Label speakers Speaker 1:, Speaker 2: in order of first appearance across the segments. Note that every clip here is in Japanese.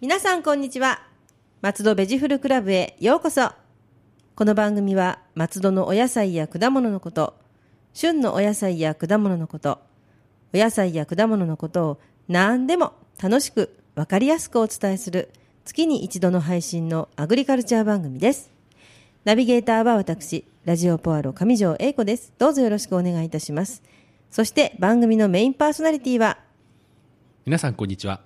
Speaker 1: 皆さんこんにちは松戸ベジフルクラブへようこそこの番組は松戸のお野菜や果物のこと旬のお野菜や果物のことお野菜や果物のことを何でも楽しく分かりやすくお伝えする月に一度の配信のアグリカルチャー番組ですナビゲーターは私ラジオポアロ上条英子ですどうぞよろしくお願いいたしますそして番組のメインパーソナリティは
Speaker 2: 皆さんこんにちは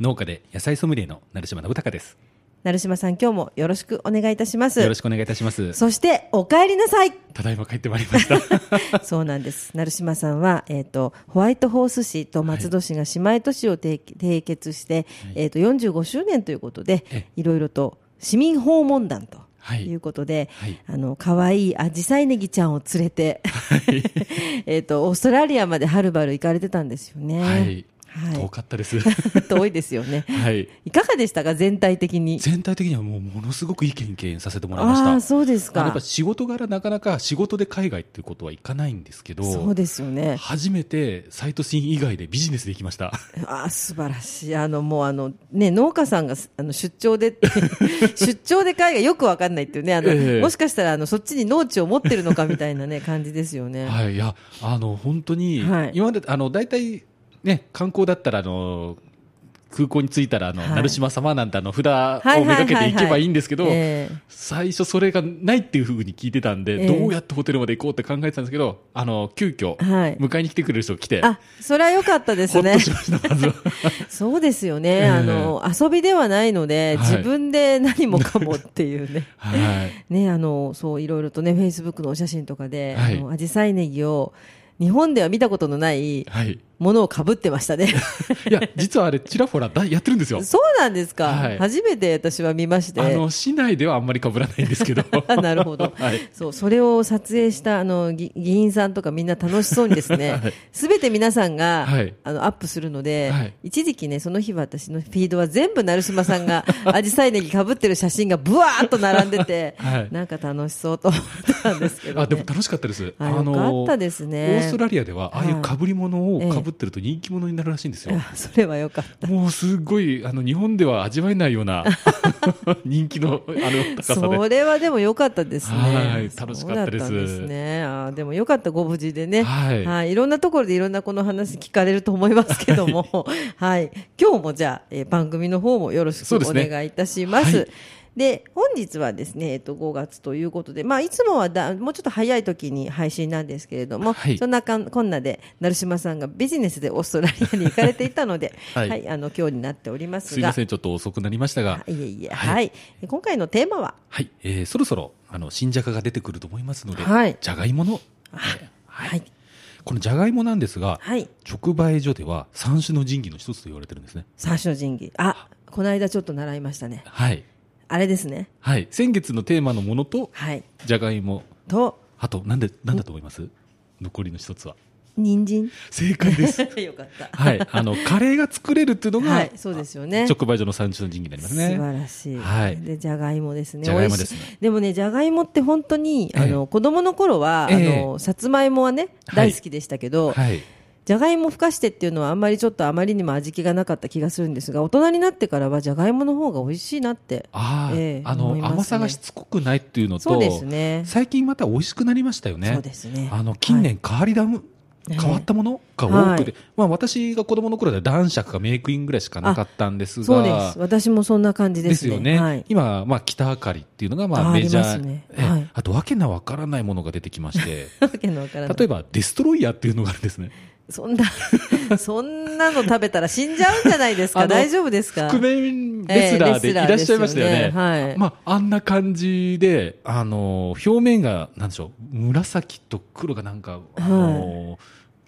Speaker 2: 農家で野菜ソムリエの成島信孝です
Speaker 1: 成島さん今日もよろしくお願いいたします
Speaker 2: よろしくお願いいたします
Speaker 1: そしてお帰りなさい
Speaker 2: ただいま帰ってまいりました
Speaker 1: そうなんです成島さんは、えー、とホワイトホース市と松戸市が姉妹都市を締締結して、えー、と45周年ということで
Speaker 2: え
Speaker 1: いろいろと市民訪問団と。
Speaker 2: はい
Speaker 1: いうことで、
Speaker 2: はい
Speaker 1: あの可愛いアジサイネギちゃんを連れて、 えっとオーストラリアまではるばる行かれてたんですよね。
Speaker 2: はい、
Speaker 1: はい
Speaker 2: 遠かったです
Speaker 1: 遠いですよね。
Speaker 2: はい
Speaker 1: いかがでしたか全体的に。
Speaker 2: 全体的にはもうものすごくいい経験させてもらいました
Speaker 1: ああーそうです
Speaker 2: あのやっ
Speaker 1: か
Speaker 2: ぱ。仕事柄なかなか仕事で海外っていうことはいかないんですけど
Speaker 1: そうですよね。
Speaker 2: 初めてサイトシーン以外でビジネスで行きました
Speaker 1: あー素晴らしい、あのもうあの、ね、農家さんがあの出張で って出張で海外、よくわかんないっていうね、あの
Speaker 2: ええ
Speaker 1: もしかしたらあのそっちに農地を持ってるのかみたい な、ね、感じですよね。
Speaker 2: はいいやあの本当に、
Speaker 1: はい
Speaker 2: 今まであの大体ね観光だったらあの空港に着いたらあの、
Speaker 1: はい
Speaker 2: 成島様なんてあの札
Speaker 1: はい
Speaker 2: をめがけて行けばいいんですけど、
Speaker 1: ははええ
Speaker 2: 最初それがないっていうふうに聞いてたんで、
Speaker 1: ええ
Speaker 2: どうやってホテルまで行こうって考えてたんですけどあの急遽
Speaker 1: はい
Speaker 2: 迎えに来てくれる人が来て、
Speaker 1: あそれは良かったです
Speaker 2: ほっ
Speaker 1: ね
Speaker 2: とし。ましたまずは
Speaker 1: そうですよね、
Speaker 2: ええ
Speaker 1: あの遊びではないので、
Speaker 2: はい
Speaker 1: 自分で何もかもっていうね。
Speaker 2: はい
Speaker 1: ね、あのそういろいろとね、フェイスブックのお写真とかで、
Speaker 2: はい
Speaker 1: あの紫陽花ネギを日本では見たことのない
Speaker 2: はい
Speaker 1: ものをかぶってましたね。
Speaker 2: いや実はあれちらほらだやってるんですよ
Speaker 1: そうなんですか、
Speaker 2: はい
Speaker 1: 初めて私は見まして
Speaker 2: あの市内ではあんまり被らないんですけど
Speaker 1: あなるほど、
Speaker 2: はい
Speaker 1: そうそれを撮影したあの議議員さんとかみんな楽しそうにで す
Speaker 2: は
Speaker 1: ね
Speaker 2: い
Speaker 1: すべ、て皆さんが、
Speaker 2: はい
Speaker 1: あのアップするので、
Speaker 2: はい
Speaker 1: 一時期ねその日は私のフィードは全部成島さん が紫陽花ネギかぶってる写真がぶわーっと並んでて、
Speaker 2: はい
Speaker 1: なんか楽しそうと思ったんですけど、ね、
Speaker 2: あでも楽しかったです。
Speaker 1: あよかったですね
Speaker 2: オーストラリアではああいう
Speaker 1: はい
Speaker 2: 被り物を被ってると人気者になるらしいんですよ。
Speaker 1: あそれはよかった。
Speaker 2: もうすごいあの日本では味わえないよう な人気のあの高さで。
Speaker 1: それはでも良かったですね。
Speaker 2: はい楽しかったです
Speaker 1: そうだんですね。あーでも良かった、ご無事でね。
Speaker 2: はい
Speaker 1: い。いろんなところでいろんなこの話聞かれると思いますけど も、はい。今日もじゃあ、えー番組の方もよろしく
Speaker 2: そうで
Speaker 1: お
Speaker 2: すね
Speaker 1: 願いいたします。で
Speaker 2: はい
Speaker 1: 本日はですね、えっと、5月ということで、まあ、いつもはだ、もうちょっと早い時に配信なんですけれども、
Speaker 2: はい
Speaker 1: そんなかんこんなで、成島さんがビジネスでオーストラリアに行かれていたので、は、
Speaker 2: はいい
Speaker 1: あの、今日になっておりますが、
Speaker 2: すいませんちょっと遅くなりましたが
Speaker 1: あ、いえいえ、
Speaker 2: はい
Speaker 1: はい。今回のテーマは、
Speaker 2: はい、えーそろそろあの新じゃがが出てくると思いますので、
Speaker 1: はい
Speaker 2: じゃがいもの
Speaker 1: はい。
Speaker 2: このじゃがいもなんですが、
Speaker 1: はい。
Speaker 2: 直売所では三種の神器の一つと言われてるんですね。
Speaker 1: 三種の神器。あ、この間ちょっと習いましたね。
Speaker 2: はい、
Speaker 1: あれですね。
Speaker 2: はい、先月のテーマのものと
Speaker 1: はい。
Speaker 2: じゃがいも、
Speaker 1: と、
Speaker 2: あとなんでなんだと思います？残りの一つは
Speaker 1: 人参。
Speaker 2: 正解です。
Speaker 1: よかった。
Speaker 2: はい、あのカレーが作れるっていうのが、
Speaker 1: はいそうですよね
Speaker 2: 直売所の産地の神器になりま
Speaker 1: 素
Speaker 2: すね。
Speaker 1: 晴らしい。
Speaker 2: はい
Speaker 1: で、じゃがいもですね。
Speaker 2: じゃがいもです
Speaker 1: 美
Speaker 2: ね
Speaker 1: 味しいでもね、じゃがいもって本当に、
Speaker 2: ええ
Speaker 1: あの、子供の頃は、あ
Speaker 2: ええ
Speaker 1: の、さつまいもはね、
Speaker 2: はい
Speaker 1: 大好きでしたけど、
Speaker 2: はい、
Speaker 1: じゃがいもふかしてっていうのはあんまりちょっとあまりにも味気がなかった気がするんですが、大人になってからはじゃがいもの方が美味しいなって。
Speaker 2: ああ、
Speaker 1: ええ
Speaker 2: あ
Speaker 1: 思
Speaker 2: の、
Speaker 1: いますね
Speaker 2: 甘さがしつこくないっていうのと、
Speaker 1: そうですね。
Speaker 2: 最近また美味しくなりましたよね。
Speaker 1: そうですね。
Speaker 2: あの近年変わりだむ、
Speaker 1: はい
Speaker 2: 変わったものが多くて、まあ私が子供の頃では男爵かメイクインぐらいしかなかったんですが、
Speaker 1: そうです。私もそんな感じ
Speaker 2: で
Speaker 1: ですす
Speaker 2: よ
Speaker 1: ね。
Speaker 2: ね。
Speaker 1: はい。
Speaker 2: 今、まあ、北あかりっていうのが、ま
Speaker 1: あ
Speaker 2: あ、
Speaker 1: ー
Speaker 2: メジャ
Speaker 1: あ
Speaker 2: ー。
Speaker 1: りますね
Speaker 2: ええ
Speaker 1: はい
Speaker 2: あと、わけのわからないものが出てきま して、
Speaker 1: わけのわからな い。
Speaker 2: 例えば、デストロイヤーっていうのがあるんですね。
Speaker 1: そんな、 そんなの食べたら死んじゃうんじゃないです
Speaker 2: あ
Speaker 1: か。
Speaker 2: の
Speaker 1: 大丈夫ですか
Speaker 2: 覆面レスラーでいらっしゃいましたよね。
Speaker 1: ええレスラーですよねはい
Speaker 2: まあ、あんな感じで、あのー、表面が、なんでしょう、紫と黒がなんか、あのー、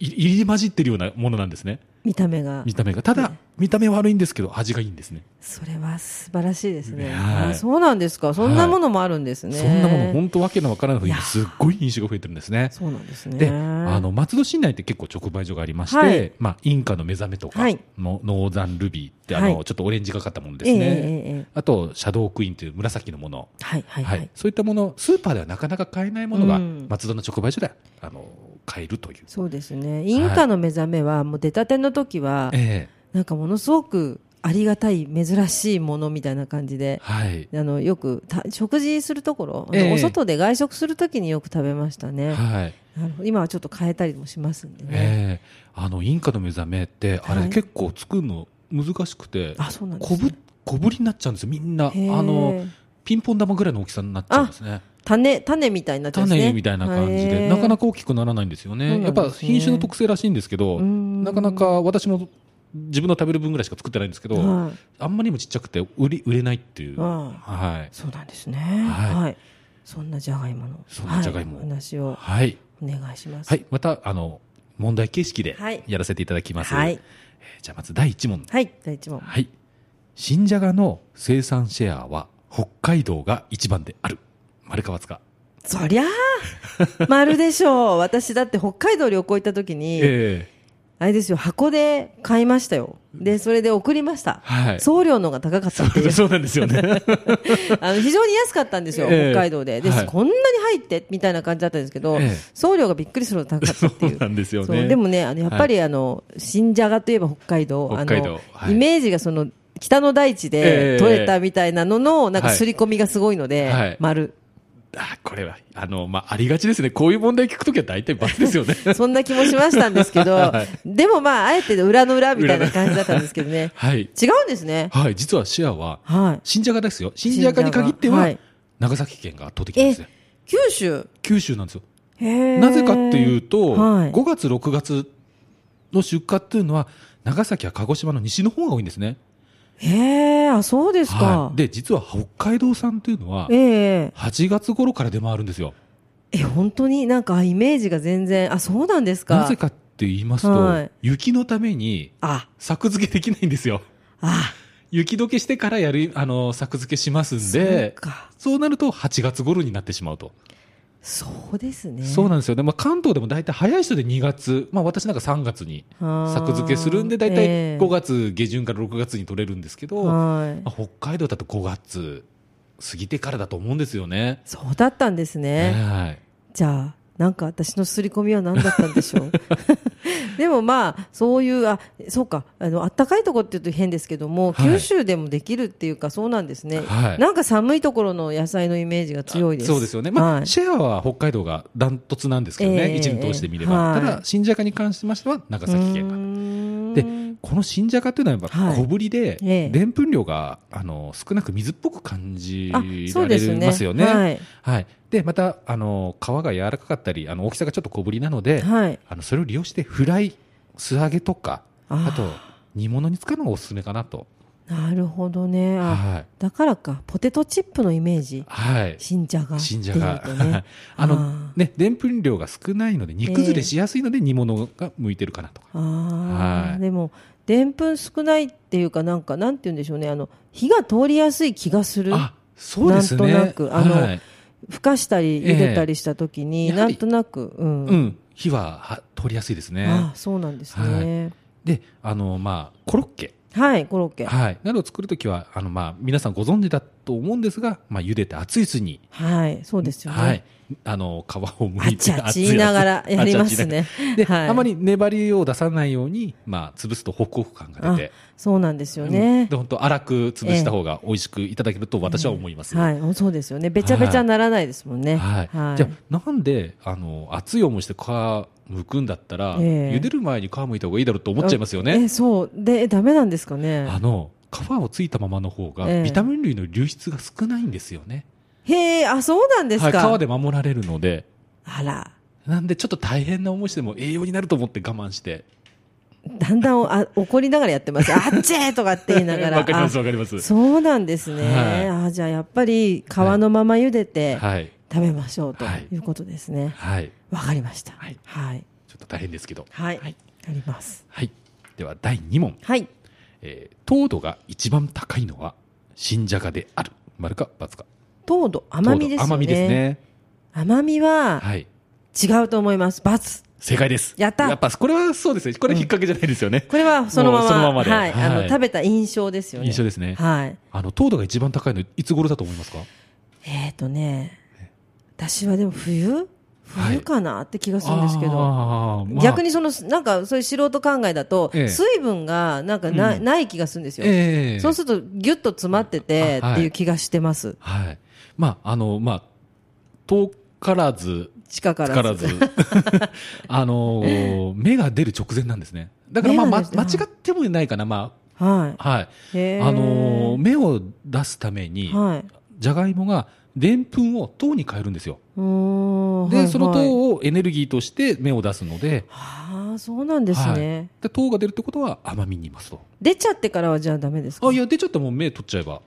Speaker 2: い入り混じってるようなものなんですね。
Speaker 1: 見た目が
Speaker 2: 見。た目が。ただ、見た目悪いんですけど、味がいいんですね。
Speaker 1: それは素晴らしいですね。
Speaker 2: ね
Speaker 1: あそうなんですか。そんなものもあるんですね。
Speaker 2: そんなもの、本当わけのわからないふう
Speaker 1: い
Speaker 2: に
Speaker 1: や、
Speaker 2: すっごい品種が増えてるんですね。
Speaker 1: そうなんですね。
Speaker 2: で、あ、の、松戸市内って結構直売所がありまして、
Speaker 1: はい
Speaker 2: まあ、インカの目覚めとか、
Speaker 1: はい
Speaker 2: のノーザンルビーって、あ
Speaker 1: は
Speaker 2: の、
Speaker 1: い
Speaker 2: ちょっとオレンジがかったものです
Speaker 1: えええ
Speaker 2: ね。
Speaker 1: えええ
Speaker 2: あと、シャドークイーンという紫のもの。
Speaker 1: はい、はい、
Speaker 2: は
Speaker 1: はいい。
Speaker 2: そういったもの、スーパーではなかなか買えないものが、
Speaker 1: うん
Speaker 2: 松戸の直売所で、あの、変えるという。
Speaker 1: そうですね。インカの目覚めは、もう出たての時は、
Speaker 2: え
Speaker 1: なんかものすごくありがたい、珍しいものみたいな感じ
Speaker 2: え
Speaker 1: で、
Speaker 2: はい。
Speaker 1: あの、よくた食事するところ、あの
Speaker 2: ええ
Speaker 1: お外で外食するときによく食べました
Speaker 2: は
Speaker 1: ね。
Speaker 2: い。
Speaker 1: なるほど今はちょっと変えたりもしますんでね。
Speaker 2: ええあの、インカの目覚めって、あ
Speaker 1: は
Speaker 2: れ
Speaker 1: い
Speaker 2: 結構作るの難しくて、
Speaker 1: あ、そうなんです
Speaker 2: こ
Speaker 1: ね
Speaker 2: ぶ、小ぶりになっちゃうんですよ、みんな。あ
Speaker 1: へー
Speaker 2: の、ピンポン玉ぐらいの大きさになっちゃうんですね。
Speaker 1: 種、種みたいになっちゃうんですね。
Speaker 2: 種みたいな感じで、なかな
Speaker 1: か、
Speaker 2: か大きくならないんですよね。
Speaker 1: そうなん
Speaker 2: や
Speaker 1: で
Speaker 2: っ
Speaker 1: すね
Speaker 2: ぱ品種の特性らしいんですけど、
Speaker 1: な
Speaker 2: なかなか私も自分の食べる分ぐらいしか作ってないんですけど、
Speaker 1: はい、
Speaker 2: あんまりにもちっちゃくて売り売れないっていう、
Speaker 1: ああ
Speaker 2: はい
Speaker 1: そうなんですね。
Speaker 2: はい
Speaker 1: はい。そんなじゃがいもの、
Speaker 2: そんなじゃがいも
Speaker 1: はいお話を
Speaker 2: はい
Speaker 1: お願いします。
Speaker 2: はい、またあの問題形式で
Speaker 1: はい
Speaker 2: やらせていただきます、
Speaker 1: はい。
Speaker 2: えーじゃあまず第1問
Speaker 1: はい。第一問。
Speaker 2: はい新じゃがの生産シェアは北海道が一番である丸かつか
Speaker 1: そりゃあ、丸でしょう。 私だって北海道旅行行った時に、
Speaker 2: え
Speaker 1: あれですよ、箱で買いましたよ。で、それで送りました。
Speaker 2: はい。
Speaker 1: 送料の方が高かったっていう
Speaker 2: そうなんですよね
Speaker 1: あの非常に安かったんですよ、
Speaker 2: ええ
Speaker 1: 北海道で。で、
Speaker 2: はい
Speaker 1: こんなに入ってみたいな感じだったんですけど、
Speaker 2: ええ
Speaker 1: 送料がびっくりするほど高かった
Speaker 2: そ
Speaker 1: っていうう。
Speaker 2: なんですよ
Speaker 1: そう
Speaker 2: ね
Speaker 1: でもね、あのやっぱり、あの新じゃがといえば北海道、
Speaker 2: 北海道
Speaker 1: あの
Speaker 2: はい
Speaker 1: イメージがその北の大地
Speaker 2: ええ
Speaker 1: で取れたみたいなのの、なんか
Speaker 2: はい
Speaker 1: 刷り込みがすごいので、
Speaker 2: はい
Speaker 1: 丸、
Speaker 2: あこれはあの、まあ、ありがちですねこういう問題聞くときは大体罰ですよね
Speaker 1: そんな気もしましたんですけど、
Speaker 2: は
Speaker 1: でもまあ、あえて裏の裏みたいな感じだったんですけどね、
Speaker 2: はい
Speaker 1: 違うんですね、
Speaker 2: はい実はシェアは
Speaker 1: は
Speaker 2: 新じゃがですよ新じゃがに限っては、
Speaker 1: はい
Speaker 2: 長崎県が圧倒的なんですね
Speaker 1: い、九州、
Speaker 2: 九州なんですよな
Speaker 1: な
Speaker 2: ぜかっていうと、
Speaker 1: はい
Speaker 2: 5月6月の出荷っていうのは長崎や鹿児島の西の方が多いんですね
Speaker 1: へえ、あそうですか、
Speaker 2: はい、で実は北海道産っていうのは
Speaker 1: ええ
Speaker 2: 8月頃から出回るんですよ
Speaker 1: え、本当になんかイメージが全然、あそうなんですか、
Speaker 2: なぜかって言いますと、
Speaker 1: はい
Speaker 2: 雪のために
Speaker 1: あ
Speaker 2: 作付けできないんですよ
Speaker 1: あ
Speaker 2: 雪解けしてからやるあの作付けしますんで
Speaker 1: そうか
Speaker 2: そうなると8月頃になってしまうと
Speaker 1: そうですね。
Speaker 2: そうなんですよね、まあ、関東でも大体早い人で2月、まあ、私なんか3月に
Speaker 1: はー
Speaker 2: 作付けするんで、大
Speaker 1: ええ
Speaker 2: 体5月下旬から6月に取れるんですけど、ま
Speaker 1: はい
Speaker 2: あ、北海道だと5月過ぎてからだと思うんですよね。
Speaker 1: そうだったんですね。
Speaker 2: はい
Speaker 1: じゃあ、なんか私の刷り込みは何だったんでし ょう。でもまあ、そういう、あ、そうか、あの、暖かいところって言うと変ですけども、
Speaker 2: はい
Speaker 1: 九州でもできるっていうか、そうなんですね。
Speaker 2: はい
Speaker 1: なんか寒いところの野菜のイメージが強いです。
Speaker 2: そうですよね、まあ
Speaker 1: はい
Speaker 2: シェアは北海道がダントツなんですけどね、
Speaker 1: ええ
Speaker 2: 一年通してみれば、
Speaker 1: はい
Speaker 2: ただ、新じゃがに関しましては長崎県が
Speaker 1: うーん
Speaker 2: でこの新じゃがっていうのはやっ
Speaker 1: は
Speaker 2: ぱ
Speaker 1: い
Speaker 2: 小ぶりで、
Speaker 1: ええ
Speaker 2: でんぷん量があの少なく水っぽく感じら
Speaker 1: あ
Speaker 2: れ
Speaker 1: そうですね
Speaker 2: ますよね。はい
Speaker 1: はい。
Speaker 2: でまたあの皮が柔らかかったりあの大きさがちょっと小ぶりなので、
Speaker 1: はい。
Speaker 2: あのそれを利用してフライ素揚げとか
Speaker 1: あ
Speaker 2: あと煮物に使うのがおすすめかなと。
Speaker 1: なるほどね。あ
Speaker 2: はい
Speaker 1: だからか、ポテトチップのイメージ。
Speaker 2: はい
Speaker 1: 新じゃが。
Speaker 2: 新じゃが
Speaker 1: っていうとね
Speaker 2: あ
Speaker 1: あ
Speaker 2: の
Speaker 1: ー
Speaker 2: ねでんぷん量が少ないので煮崩れしやすいので煮物が向いてるかなとか、
Speaker 1: ああ、
Speaker 2: はい
Speaker 1: でもでんぷん少ないっていうかなんかなんて言うんでしょうねあの火が通りやすい気がする
Speaker 2: あそうですね
Speaker 1: なんとなくあの
Speaker 2: はい
Speaker 1: ふかしたり茹でたりした時
Speaker 2: え
Speaker 1: に、
Speaker 2: え
Speaker 1: なんとなくうん、
Speaker 2: うん、火はは通りやすいです
Speaker 1: あ
Speaker 2: ね
Speaker 1: あそうなんですね
Speaker 2: であのまあコロッケ
Speaker 1: はい、コロッケはい、
Speaker 2: はい、などを作るときはあの、まあ、皆さんご存知だと思うんですが、まあ、茹でて熱いうちに、
Speaker 1: そうですよね、
Speaker 2: はい、あの皮をむ
Speaker 1: あ
Speaker 2: いて
Speaker 1: ちあち言いながらやりますね
Speaker 2: で、
Speaker 1: はい、
Speaker 2: あまり粘りを出さないように、まあ、潰すとホクホク感が出て、
Speaker 1: そうなんですよ
Speaker 2: うん
Speaker 1: ね、
Speaker 2: で本当粗く潰した方が美味しくいただけると私は思います。
Speaker 1: はいそうですよねべちゃべちゃにならないですもんね
Speaker 2: はいじゃあなんであの熱い思いして皮むくんだったら、
Speaker 1: ええ
Speaker 2: 茹でる前に皮むいた方がいいだろうと思っちゃいますよね。
Speaker 1: えそうでえダメなんですかね
Speaker 2: あの皮をついたままの方が、
Speaker 1: ええ
Speaker 2: ビタミン類の流出が少ないんですよね。
Speaker 1: へえあそうなんですか、
Speaker 2: はい、皮で守られるので
Speaker 1: あら
Speaker 2: なんでちょっと大変な思いしても栄養になると思って我慢して
Speaker 1: だんだんあ怒りながらやっ てます。あっちーとかって言いながら。
Speaker 2: わかります
Speaker 1: あ
Speaker 2: わかります
Speaker 1: そうなんですね。
Speaker 2: はい
Speaker 1: あじゃあやっぱり皮のまま茹でて
Speaker 2: はい
Speaker 1: 食べましょうと
Speaker 2: はい
Speaker 1: いうことですね。
Speaker 2: はい
Speaker 1: わ、かりました。
Speaker 2: はい
Speaker 1: はい。
Speaker 2: ちょっと大変ですけど
Speaker 1: はい。
Speaker 2: はい
Speaker 1: あります。
Speaker 2: はいでは第2問
Speaker 1: はい。
Speaker 2: えー糖度が一番高いのは新じゃがである。丸か×か。
Speaker 1: 糖度、甘みですよね。
Speaker 2: 糖度甘みです。ね。
Speaker 1: 甘みは
Speaker 2: はい。
Speaker 1: 違うと思います。×。
Speaker 2: 正解です。
Speaker 1: やった
Speaker 2: やっぱこれはそうですね。これ引っ掛けじゃないですよね。
Speaker 1: これはそのまま。
Speaker 2: もうそのままで
Speaker 1: はい。あ
Speaker 2: は
Speaker 1: の、
Speaker 2: い
Speaker 1: 食べた印象ですよね。
Speaker 2: 印象ですね。
Speaker 1: はい。
Speaker 2: あの糖度が一番高いのいつ頃だと思いますか？
Speaker 1: えっ、ー、とね、私はでも冬
Speaker 2: はい
Speaker 1: 冬かなって気がするんですけど、
Speaker 2: あーまあ
Speaker 1: 逆にそのなんかそういう素人考えだと、
Speaker 2: ええ
Speaker 1: 水分がなんかな,、
Speaker 2: う
Speaker 1: ない気がするんですよ、
Speaker 2: ええ
Speaker 1: そうするとぎゅっと詰まってて
Speaker 2: あはい
Speaker 1: っていう気がしてます、
Speaker 2: はい。まあ、あの、まあ、遠からず、
Speaker 1: 近から
Speaker 2: からず、 あのー目が出る直前なんですね。だから、まあ、
Speaker 1: 目が
Speaker 2: ま
Speaker 1: 出る
Speaker 2: 間違ってもないかな、ま
Speaker 1: は
Speaker 2: あ、はい。
Speaker 1: いへー
Speaker 2: あのー目を出すために、
Speaker 1: はい
Speaker 2: じゃがいもが、でんぷんを糖に変えるんですよ。
Speaker 1: うーん
Speaker 2: で、
Speaker 1: はい
Speaker 2: その
Speaker 1: はい
Speaker 2: 糖をエネルギーとして目を出すので、
Speaker 1: はあそうなんですね、
Speaker 2: で糖が出るってことは甘みにいますと。
Speaker 1: 出ちゃってからはじゃあダメですか
Speaker 2: あ、いや、出ちゃったらもう目取っちゃえば、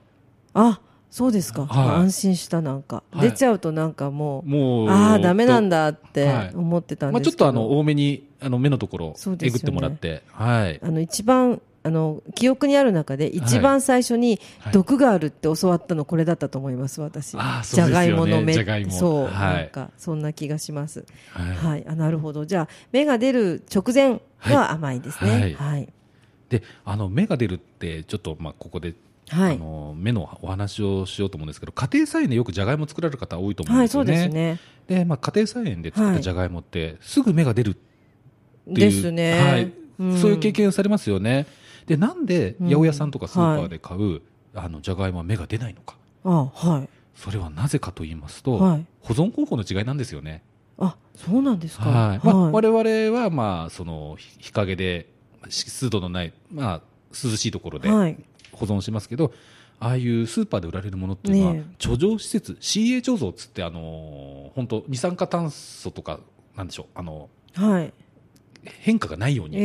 Speaker 1: あそうですか、
Speaker 2: はい
Speaker 1: 安心したなんか、
Speaker 2: はい
Speaker 1: 出ちゃうとなんかもう
Speaker 2: もう、
Speaker 1: ああダメなんだっ
Speaker 2: は
Speaker 1: て
Speaker 2: い
Speaker 1: 思ってたん
Speaker 2: まあ、
Speaker 1: で
Speaker 2: ちょ
Speaker 1: す
Speaker 2: っ
Speaker 1: けど、
Speaker 2: とあの多めにあの目のところ
Speaker 1: そう
Speaker 2: え
Speaker 1: ですよね
Speaker 2: ぐってもらって、はい、
Speaker 1: あの一番あの記憶にある中で一
Speaker 2: は
Speaker 1: 番最初に
Speaker 2: はい
Speaker 1: 毒があるって教わったのこれだったと思います私、
Speaker 2: あーそうですよ
Speaker 1: じゃ
Speaker 2: ね
Speaker 1: がいもの芽
Speaker 2: じゃがいも
Speaker 1: そう、
Speaker 2: はい
Speaker 1: なんかそんな気がします
Speaker 2: は
Speaker 1: はいい、あなるほどじゃあ芽が出る直前は甘いですね
Speaker 2: は
Speaker 1: はいいはい、
Speaker 2: であの目が出るってちょっとまあここで、あの目のお話をしようと思うんですけど家庭菜園でよくじゃがいも作られる方多いと思うん
Speaker 1: は
Speaker 2: で
Speaker 1: い
Speaker 2: す
Speaker 1: そ
Speaker 2: よ
Speaker 1: う
Speaker 2: ね,、
Speaker 1: ですね
Speaker 2: でまあ、家庭菜園で作っ
Speaker 1: は
Speaker 2: た
Speaker 1: い
Speaker 2: じゃがいもってすぐ芽が出るっていう
Speaker 1: ですね、
Speaker 2: はい
Speaker 1: ん
Speaker 2: そういう経験されますよねでなんで
Speaker 1: うん
Speaker 2: 八百屋さんとかスーパーで買う、あのじゃがいもは芽が出ないのか
Speaker 1: あはい
Speaker 2: それはなぜかと言いますと、
Speaker 1: はい
Speaker 2: 保存方法の違いなんですよね
Speaker 1: あそうなんですか
Speaker 2: はいまあ
Speaker 1: はい
Speaker 2: 我々は、まあ、その日日陰で湿度のない、まあ、涼しいところで
Speaker 1: はい
Speaker 2: 保存しますけど、ああいうスーパーで売られるものっていうのは、
Speaker 1: ねえ
Speaker 2: 貯蔵施設 CA 貯蔵っつってあのー本当二酸化炭素とかなんでしょうあの
Speaker 1: はい
Speaker 2: 変化がないように、
Speaker 1: え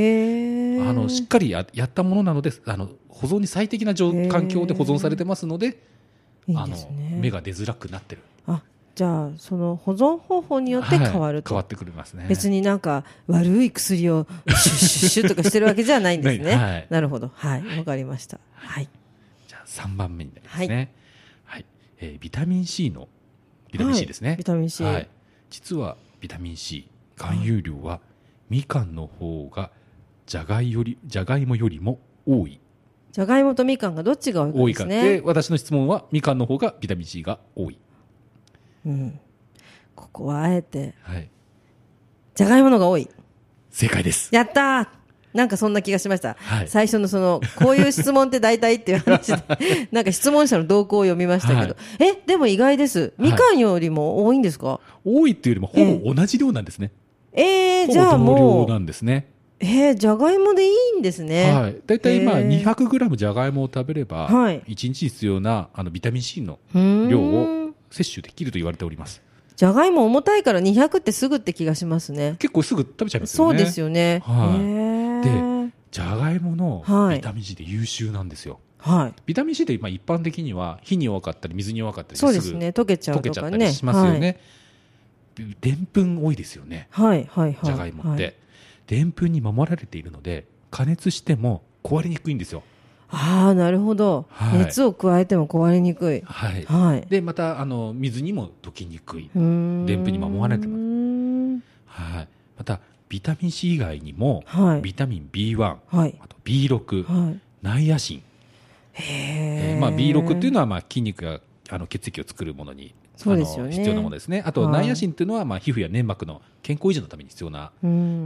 Speaker 1: ー、
Speaker 2: あのしっかりややったものなのであの保存に最適な状
Speaker 1: へえ
Speaker 2: 環境で保存されてますので,、
Speaker 1: いい
Speaker 2: あ
Speaker 1: で
Speaker 2: の
Speaker 1: すね
Speaker 2: 芽が出づらくなってる
Speaker 1: あじゃあその保存方法によって変わる
Speaker 2: はい変
Speaker 1: と、
Speaker 2: わってくれますね
Speaker 1: 別になんか悪い 薬をシュッシュッシュッとかしてるわけじゃないんですね、
Speaker 2: ないはい
Speaker 1: なるほどはいわかりましたはい
Speaker 2: じゃあ3番目になりますね。はい、えービタミン C のビタミン
Speaker 1: はい
Speaker 2: C ですね。
Speaker 1: ビタミン C
Speaker 2: はい。実はビタミン C 含有量はみかんの方がじゃがいよりじゃがいもよりも多い
Speaker 1: じゃがいもとみかんがどっちが
Speaker 2: 多
Speaker 1: 多
Speaker 2: い
Speaker 1: い
Speaker 2: か
Speaker 1: か
Speaker 2: っ
Speaker 1: です
Speaker 2: て、
Speaker 1: ね
Speaker 2: 私の質問はみかんの方がビタミン C が多い。
Speaker 1: うん、ここはあえて
Speaker 2: はい。
Speaker 1: じゃがいものが多い
Speaker 2: 正解です。
Speaker 1: やったーなんかそんな気がしました、
Speaker 2: はい
Speaker 1: 最初のそのこういう質問って大体っていう 話でなんか質問者の動向を読みましたけど、えでも意外ですみかんよりも多いんですか、
Speaker 2: 多いっていうよりもほぼ同じ量なんですね。
Speaker 1: えー、じゃあ
Speaker 2: ほぼ
Speaker 1: も
Speaker 2: 同
Speaker 1: う
Speaker 2: 量なんですね。
Speaker 1: えー、じゃがいもでいいんですね。
Speaker 2: はい。だいたい今
Speaker 1: へー
Speaker 2: 200g じゃがいもを食べれば、
Speaker 1: はい
Speaker 2: 1日に必要なあのビタミン C の
Speaker 1: うーん
Speaker 2: 量を摂取できると言われております。
Speaker 1: じゃがいも重たいから200ってすぐって気がしますね。
Speaker 2: 結構すぐ食べちゃいます
Speaker 1: そ
Speaker 2: よ
Speaker 1: う
Speaker 2: ね。
Speaker 1: ですよね。
Speaker 2: はい
Speaker 1: へー
Speaker 2: じゃがいもの
Speaker 1: はい
Speaker 2: ビタミン C で優秀なんですよ。
Speaker 1: はい。
Speaker 2: ビタミン C ってまあ一般的には火に弱かったり水に弱かったり
Speaker 1: そうですね。溶けち
Speaker 2: す
Speaker 1: ゃ
Speaker 2: ぐ
Speaker 1: う
Speaker 2: 溶け
Speaker 1: と
Speaker 2: ちゃ
Speaker 1: か
Speaker 2: ったり
Speaker 1: ね。
Speaker 2: しますよね。でんぷん多いですよね。
Speaker 1: はい。はいはいはい。
Speaker 2: じゃがいもっ
Speaker 1: は
Speaker 2: て。でんぷんに守られているので加熱しても壊れにくいんですよ。
Speaker 1: ああ、なるほど、
Speaker 2: はい
Speaker 1: 熱を加えても壊れにくい。
Speaker 2: はい。
Speaker 1: はい。
Speaker 2: でまたあの水にも溶けにくい。
Speaker 1: うーん
Speaker 2: でんぷんに守られてます
Speaker 1: うーん
Speaker 2: はい。またビタミン C 以外にも
Speaker 1: はい
Speaker 2: ビタミン B1、あ
Speaker 1: はい。
Speaker 2: と B6、
Speaker 1: はい。
Speaker 2: ナイアシン。
Speaker 1: へ
Speaker 2: え
Speaker 1: え。
Speaker 2: ーまあ、B6 っていう
Speaker 1: の
Speaker 2: のはまあ筋肉やあの血液を作るものに
Speaker 1: そうですよね
Speaker 2: あの必要なものですねあと
Speaker 1: はい
Speaker 2: ナイアシンっていうのはまあ皮膚や粘膜の健康維持のために必要な
Speaker 1: は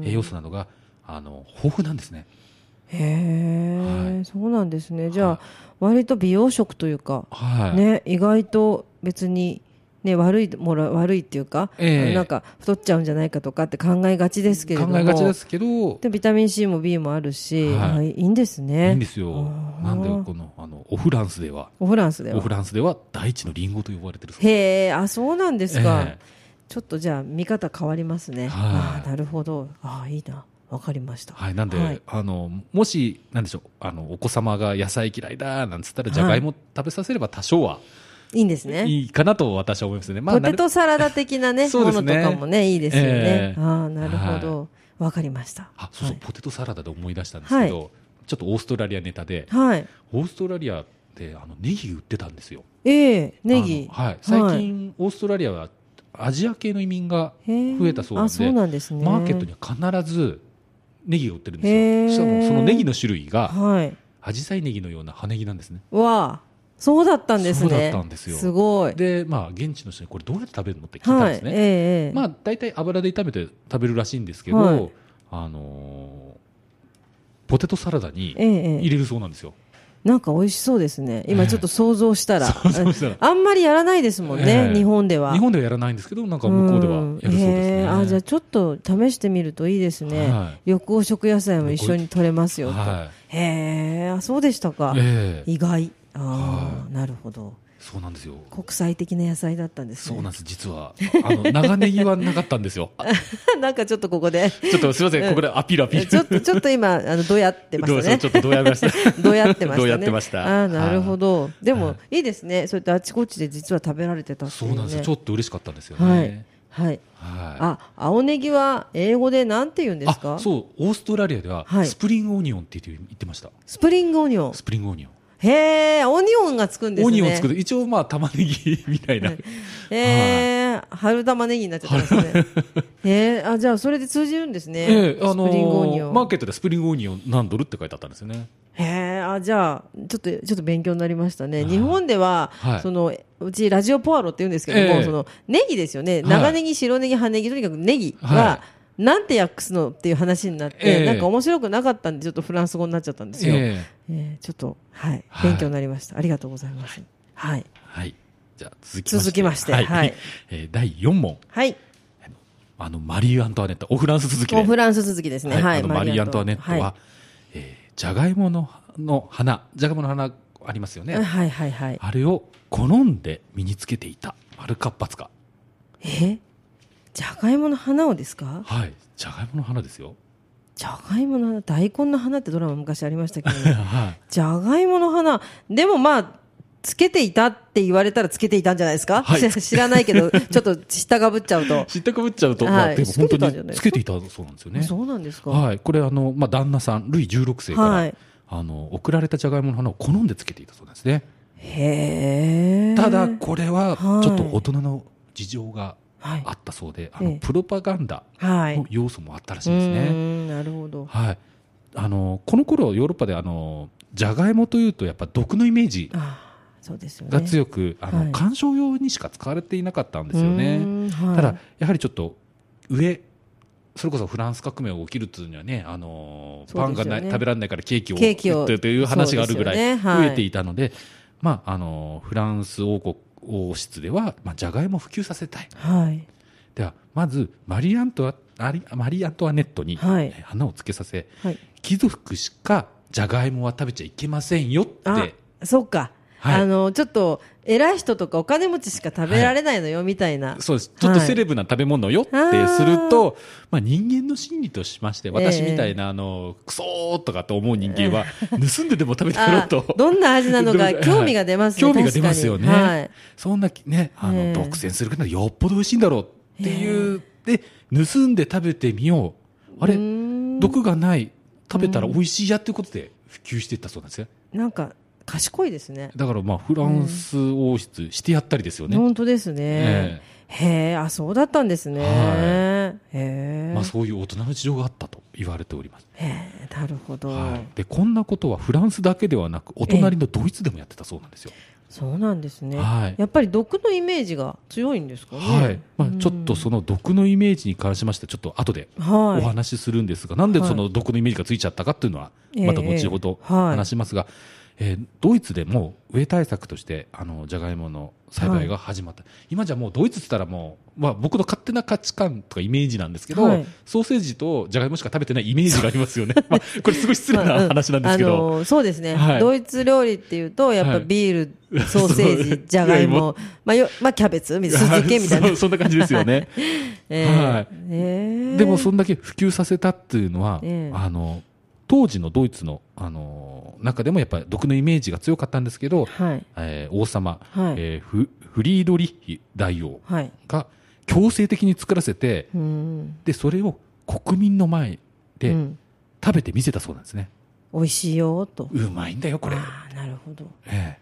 Speaker 2: 栄養素などが、あの豊富なんですね
Speaker 1: へえ、
Speaker 2: はい
Speaker 1: そうなんですね。じゃあ、
Speaker 2: はい
Speaker 1: 割と美容食というか。
Speaker 2: はい、
Speaker 1: ね、意外と別に、ね、悪いもら悪いっていうか、
Speaker 2: ええ
Speaker 1: なんか太っちゃうんじゃないかとかって考えがちですけれども
Speaker 2: 考えがちですけどい
Speaker 1: でビタミン C も B もあるし、
Speaker 2: はい
Speaker 1: あい、いんですね
Speaker 2: いんですよ
Speaker 1: あー
Speaker 2: なんでこのあのオフランスでは
Speaker 1: オフランスで
Speaker 2: オ
Speaker 1: は
Speaker 2: フランスでは第一のリンゴと呼ばれてるそう
Speaker 1: へえあそうなんですか、
Speaker 2: え
Speaker 1: ちょっとじゃあ見方変わります
Speaker 2: は
Speaker 1: ね、
Speaker 2: い
Speaker 1: あーなるほどあーいいなわかりました、
Speaker 2: はい、なんで、
Speaker 1: はい
Speaker 2: あのもしなんでしょうあのお子様が野菜嫌いだなんつったら
Speaker 1: はい、
Speaker 2: じゃがいも食べさせれば多少はい
Speaker 1: いんですね
Speaker 2: いいかなと私は思いますね、まあ、
Speaker 1: ポテトサラダ的なね
Speaker 2: そうで
Speaker 1: も
Speaker 2: す
Speaker 1: の
Speaker 2: ね
Speaker 1: とかもねいいですよね
Speaker 2: え、え
Speaker 1: ああなるほどわ、かりました
Speaker 2: あそうそう、
Speaker 1: はい
Speaker 2: ポテトサラダで思い出したんですけど、ちょっとオーストラリアネタで、
Speaker 1: はい、
Speaker 2: オーストラリアってあのネギ売ってたんですよ。
Speaker 1: ええネギ
Speaker 2: あのはい。最近、オーストラリアはアジア系の移民が増
Speaker 1: 増
Speaker 2: えたそうなんで
Speaker 1: そうなんですね
Speaker 2: マーケットには必ずネギが売ってるん
Speaker 1: へー
Speaker 2: ですよ。しかもそのネギの種類が
Speaker 1: はい
Speaker 2: アジサイネギのような葉ネギなんですね。
Speaker 1: わあそうだったんですね。
Speaker 2: そうだったんですよ
Speaker 1: すごい。
Speaker 2: で、まあ、現地の人にこれどうやって食べるのって聞いたん
Speaker 1: は
Speaker 2: で
Speaker 1: い
Speaker 2: す。ね。
Speaker 1: ええ
Speaker 2: まあ、大体油で炒めて食べるらしいんですけど、
Speaker 1: はい
Speaker 2: あのーポテトサラダに
Speaker 1: えええ
Speaker 2: 入
Speaker 1: え
Speaker 2: れるそうなんですよ。
Speaker 1: なんか美味しそうですね。今ちょっと想像し たら。
Speaker 2: 想像したら
Speaker 1: あんまりやらないですもんね、
Speaker 2: ええ
Speaker 1: 日本では。
Speaker 2: 日本ではやらないんですけど、なんか向こうではやるそうです
Speaker 1: んへ
Speaker 2: ね。
Speaker 1: えあじゃあちょっと試してみるといいですね、
Speaker 2: は
Speaker 1: 緑黄色野菜も一緒に取れますよと、
Speaker 2: は
Speaker 1: へえあそうでしたか、
Speaker 2: い。ええ
Speaker 1: 意外ああ、なるほど
Speaker 2: そうなんですよ。
Speaker 1: 国際的な野菜だったんです
Speaker 2: そ
Speaker 1: ね
Speaker 2: うなんです、実は。あの、長ネギはなかったんですよ。あ
Speaker 1: なんかちょっとここで
Speaker 2: ちょっとすいません、ここでアピールアピール。
Speaker 1: ちょっとちょっと今あのどやってま
Speaker 2: ど
Speaker 1: し
Speaker 2: うぞ
Speaker 1: たね
Speaker 2: ちょっとどうやりました。
Speaker 1: どうやってましたね。
Speaker 2: どうやってました
Speaker 1: ああ、なるほど。でも、、
Speaker 2: はい
Speaker 1: いですね。そうやってあちこちで実は食べられてたって
Speaker 2: そ
Speaker 1: いうう、ね。
Speaker 2: なんですよ、ちょっと嬉しかったんですよ
Speaker 1: はい
Speaker 2: ね。。
Speaker 1: はい。
Speaker 2: は
Speaker 1: あ、青ネギは英語でなんて言うん
Speaker 2: い。
Speaker 1: ですか
Speaker 2: そう、オーストラリアでは
Speaker 1: はい
Speaker 2: スプリングオニオンって言って言ってました。
Speaker 1: スプリングオニオン。
Speaker 2: スプリングオニオン。
Speaker 1: へえ、オニオンがつくんですね。
Speaker 2: オニオン作る、一応まあ玉ねぎみたいな。
Speaker 1: へえ、春玉ねぎになっちゃってますね。へえ、あ、じゃあそれで通じるんですね。
Speaker 2: ええ、あ
Speaker 1: スプリング
Speaker 2: の
Speaker 1: オニ
Speaker 2: ー、
Speaker 1: オ
Speaker 2: マー
Speaker 1: ン。
Speaker 2: ケットでスプリングオニオン何ドルって書いてあったんですよね。
Speaker 1: へえ、あ、じゃあ、ちょっと、ちょっと勉強になりましたね。
Speaker 2: はい
Speaker 1: 日本では、
Speaker 2: はい
Speaker 1: その、うちラジオポアロって言うんですけども、
Speaker 2: ええ
Speaker 1: その、ネギですよね。
Speaker 2: はい
Speaker 1: 長ネギ、白ネギ、葉ネギ、とにかくネギが、
Speaker 2: は
Speaker 1: なんて訳すのっていう話になって、
Speaker 2: ええ
Speaker 1: なんか面白くなかったんで、ちょっとフランス語になっちゃったんですよ。え
Speaker 2: ええ。
Speaker 1: えちょっと、はい、
Speaker 2: はい
Speaker 1: 勉強になりました。ありがとうございます。はい。
Speaker 2: はい。じゃあ続きまして。
Speaker 1: 続きまして、はい。
Speaker 2: えー第4問。
Speaker 1: はい。
Speaker 2: あの、マリー・アントワネット、おフランス続き
Speaker 1: もう
Speaker 2: で。
Speaker 1: フランス続きですね。はい。
Speaker 2: あのマリー・アントワネットは、
Speaker 1: は
Speaker 2: えーじゃがいものの花、じゃがいもの花ありますよ
Speaker 1: い、
Speaker 2: ね。
Speaker 1: はい、はい、はい。
Speaker 2: あれを好んで身につけていた。丸活発か。
Speaker 1: えじゃがいもの花をですか
Speaker 2: はい。じゃがいもの花ですよ。
Speaker 1: じゃがいもの花、大根の花ってドラマ昔ありましたけど、
Speaker 2: はい。
Speaker 1: じゃがいもの花、でもまあ、つけていたって言われたらつけていたんじゃないですか、
Speaker 2: はい
Speaker 1: 知知らない けど、ちょっと下がぶっちゃうと。
Speaker 2: 知ったかぶっちゃうと、
Speaker 1: はい
Speaker 2: まあ、でも本
Speaker 1: つけてたんじ
Speaker 2: 当
Speaker 1: ゃない
Speaker 2: に
Speaker 1: です
Speaker 2: つ
Speaker 1: か
Speaker 2: けていたそうなんですよね。
Speaker 1: そうなんですか、
Speaker 2: はい。これ、あの、まあ、旦那さん、ルイ16世から、
Speaker 1: はい
Speaker 2: あの、送られたじゃがいもの花を好んでつけていたそうなんですね。
Speaker 1: へえ。
Speaker 2: ただ、これは、
Speaker 1: はい
Speaker 2: ちょっと大人の事情が
Speaker 1: はい
Speaker 2: あ。ったそうで、あ
Speaker 1: え
Speaker 2: の
Speaker 1: え
Speaker 2: プロパガンダ
Speaker 1: はい。
Speaker 2: の要素もあったらし
Speaker 1: う
Speaker 2: いですね。
Speaker 1: ーんなるほど。
Speaker 2: はい、あのこの頃ヨーロッパであのじゃがいもというとやっぱ毒のイメージ
Speaker 1: あーそうですよね。
Speaker 2: が強く、あの
Speaker 1: はい
Speaker 2: 観賞用にしか使われていなかったんですよ
Speaker 1: うー
Speaker 2: ね。
Speaker 1: んはい、
Speaker 2: ただやはりちょっと上それこそフランス革命が起きるっていうにはね、あの
Speaker 1: そう
Speaker 2: パ
Speaker 1: で
Speaker 2: ン
Speaker 1: すよ
Speaker 2: が
Speaker 1: ね
Speaker 2: な食べられないからケーキを
Speaker 1: ケーキを
Speaker 2: 食ってという話があるぐら
Speaker 1: そう
Speaker 2: い
Speaker 1: ですよねは
Speaker 2: 増
Speaker 1: い
Speaker 2: えていたので、まあ、あのフランス王国王室では、まあ、じゃがいもを普及させたい
Speaker 1: はい。
Speaker 2: ではまずマリーアントワアリマリーアントワネットに
Speaker 1: はい
Speaker 2: えー花をつけさせ、
Speaker 1: はい。
Speaker 2: 貴族しかじゃがいもは食べちゃいけませんよって
Speaker 1: あ、そっか。
Speaker 2: はい
Speaker 1: あの、ちょっと、偉い人とかお金持ちしか食べられないのよ、みたいな。
Speaker 2: そうですちょっと
Speaker 1: はい
Speaker 2: セレブな食べ物よってすると、まあ、人間の心理としまして私みたいな、あのクソーとかと思う人間は 盗んででも食べてやろ
Speaker 1: あ
Speaker 2: うと。
Speaker 1: どんな味なのか
Speaker 2: どん
Speaker 1: 興味が出ますね。
Speaker 2: はい興味が出ますよね、
Speaker 1: 確かにはい。
Speaker 2: そんなねあの、
Speaker 1: ええ
Speaker 2: 独占するからよっぽど美味しいんだろうっていう、で盗んで食べてみようあれ
Speaker 1: うーん
Speaker 2: 毒がない食べたら美味しいやということで普及していったそうなんですよ
Speaker 1: なんか賢いですね。
Speaker 2: だからまあフランス王室してやったりですよね、
Speaker 1: 本当ですね。
Speaker 2: え
Speaker 1: へえ、あ、そうだったんですね。
Speaker 2: は
Speaker 1: へ
Speaker 2: え
Speaker 1: え
Speaker 2: まあ、。そういう大人の事情があったと言われております、
Speaker 1: へえ、なるほど。
Speaker 2: はい、でこんなことはフランスだけではなくお隣のドイツでもやってたそうなんですよ、
Speaker 1: そうなんですね。
Speaker 2: はい
Speaker 1: やっぱり毒のイメージが強いんですかね。
Speaker 2: はいまあ、ちょっとその毒のイメージに関しましてちょっと後で
Speaker 1: は
Speaker 2: お
Speaker 1: い。
Speaker 2: 話しするんですが、なんでその毒のイメージがついちゃったかっていうのは、
Speaker 1: ええ
Speaker 2: また後ほど
Speaker 1: ええはい
Speaker 2: 話しますが、えードイツでもう植え対策として、あの、じゃがいもの栽培が始まった。今じゃもうドイツって言ったらもう、まあ僕の勝手な価値観とかイメージなんですけど、
Speaker 1: はい
Speaker 2: ソーセージとじゃがいもしか食べてないイメージがあり ますよね。まあ、これすごい失礼
Speaker 1: まあう
Speaker 2: な話なんですけ
Speaker 1: あ
Speaker 2: ど。
Speaker 1: のそうですね、
Speaker 2: はい
Speaker 1: ドイツ料理っていうとやっぱ
Speaker 2: はい
Speaker 1: ビー ル、ソーセー
Speaker 2: そ
Speaker 1: ジ
Speaker 2: う
Speaker 1: じゃがい
Speaker 2: いやも
Speaker 1: も、まあよまあ、キャベツ水漬けみたいな
Speaker 2: そうそんな感じですよね。
Speaker 1: えー
Speaker 2: はい
Speaker 1: えー
Speaker 2: でもそんだけ普及させたっていうのは、
Speaker 1: ええ
Speaker 2: あの当時のドイツのあの中でもやっぱり毒のイメージが強かったんですけど、
Speaker 1: はい
Speaker 2: えー王様、
Speaker 1: はい
Speaker 2: えーフフリードリッヒ大王
Speaker 1: はい
Speaker 2: が強制的に作らせて
Speaker 1: うん
Speaker 2: でそれを国民の前
Speaker 1: う
Speaker 2: で
Speaker 1: ん
Speaker 2: 食べてみせたそうなんですね、
Speaker 1: 美味しいよと
Speaker 2: うまいんだよこれ、
Speaker 1: あーなるほど
Speaker 2: え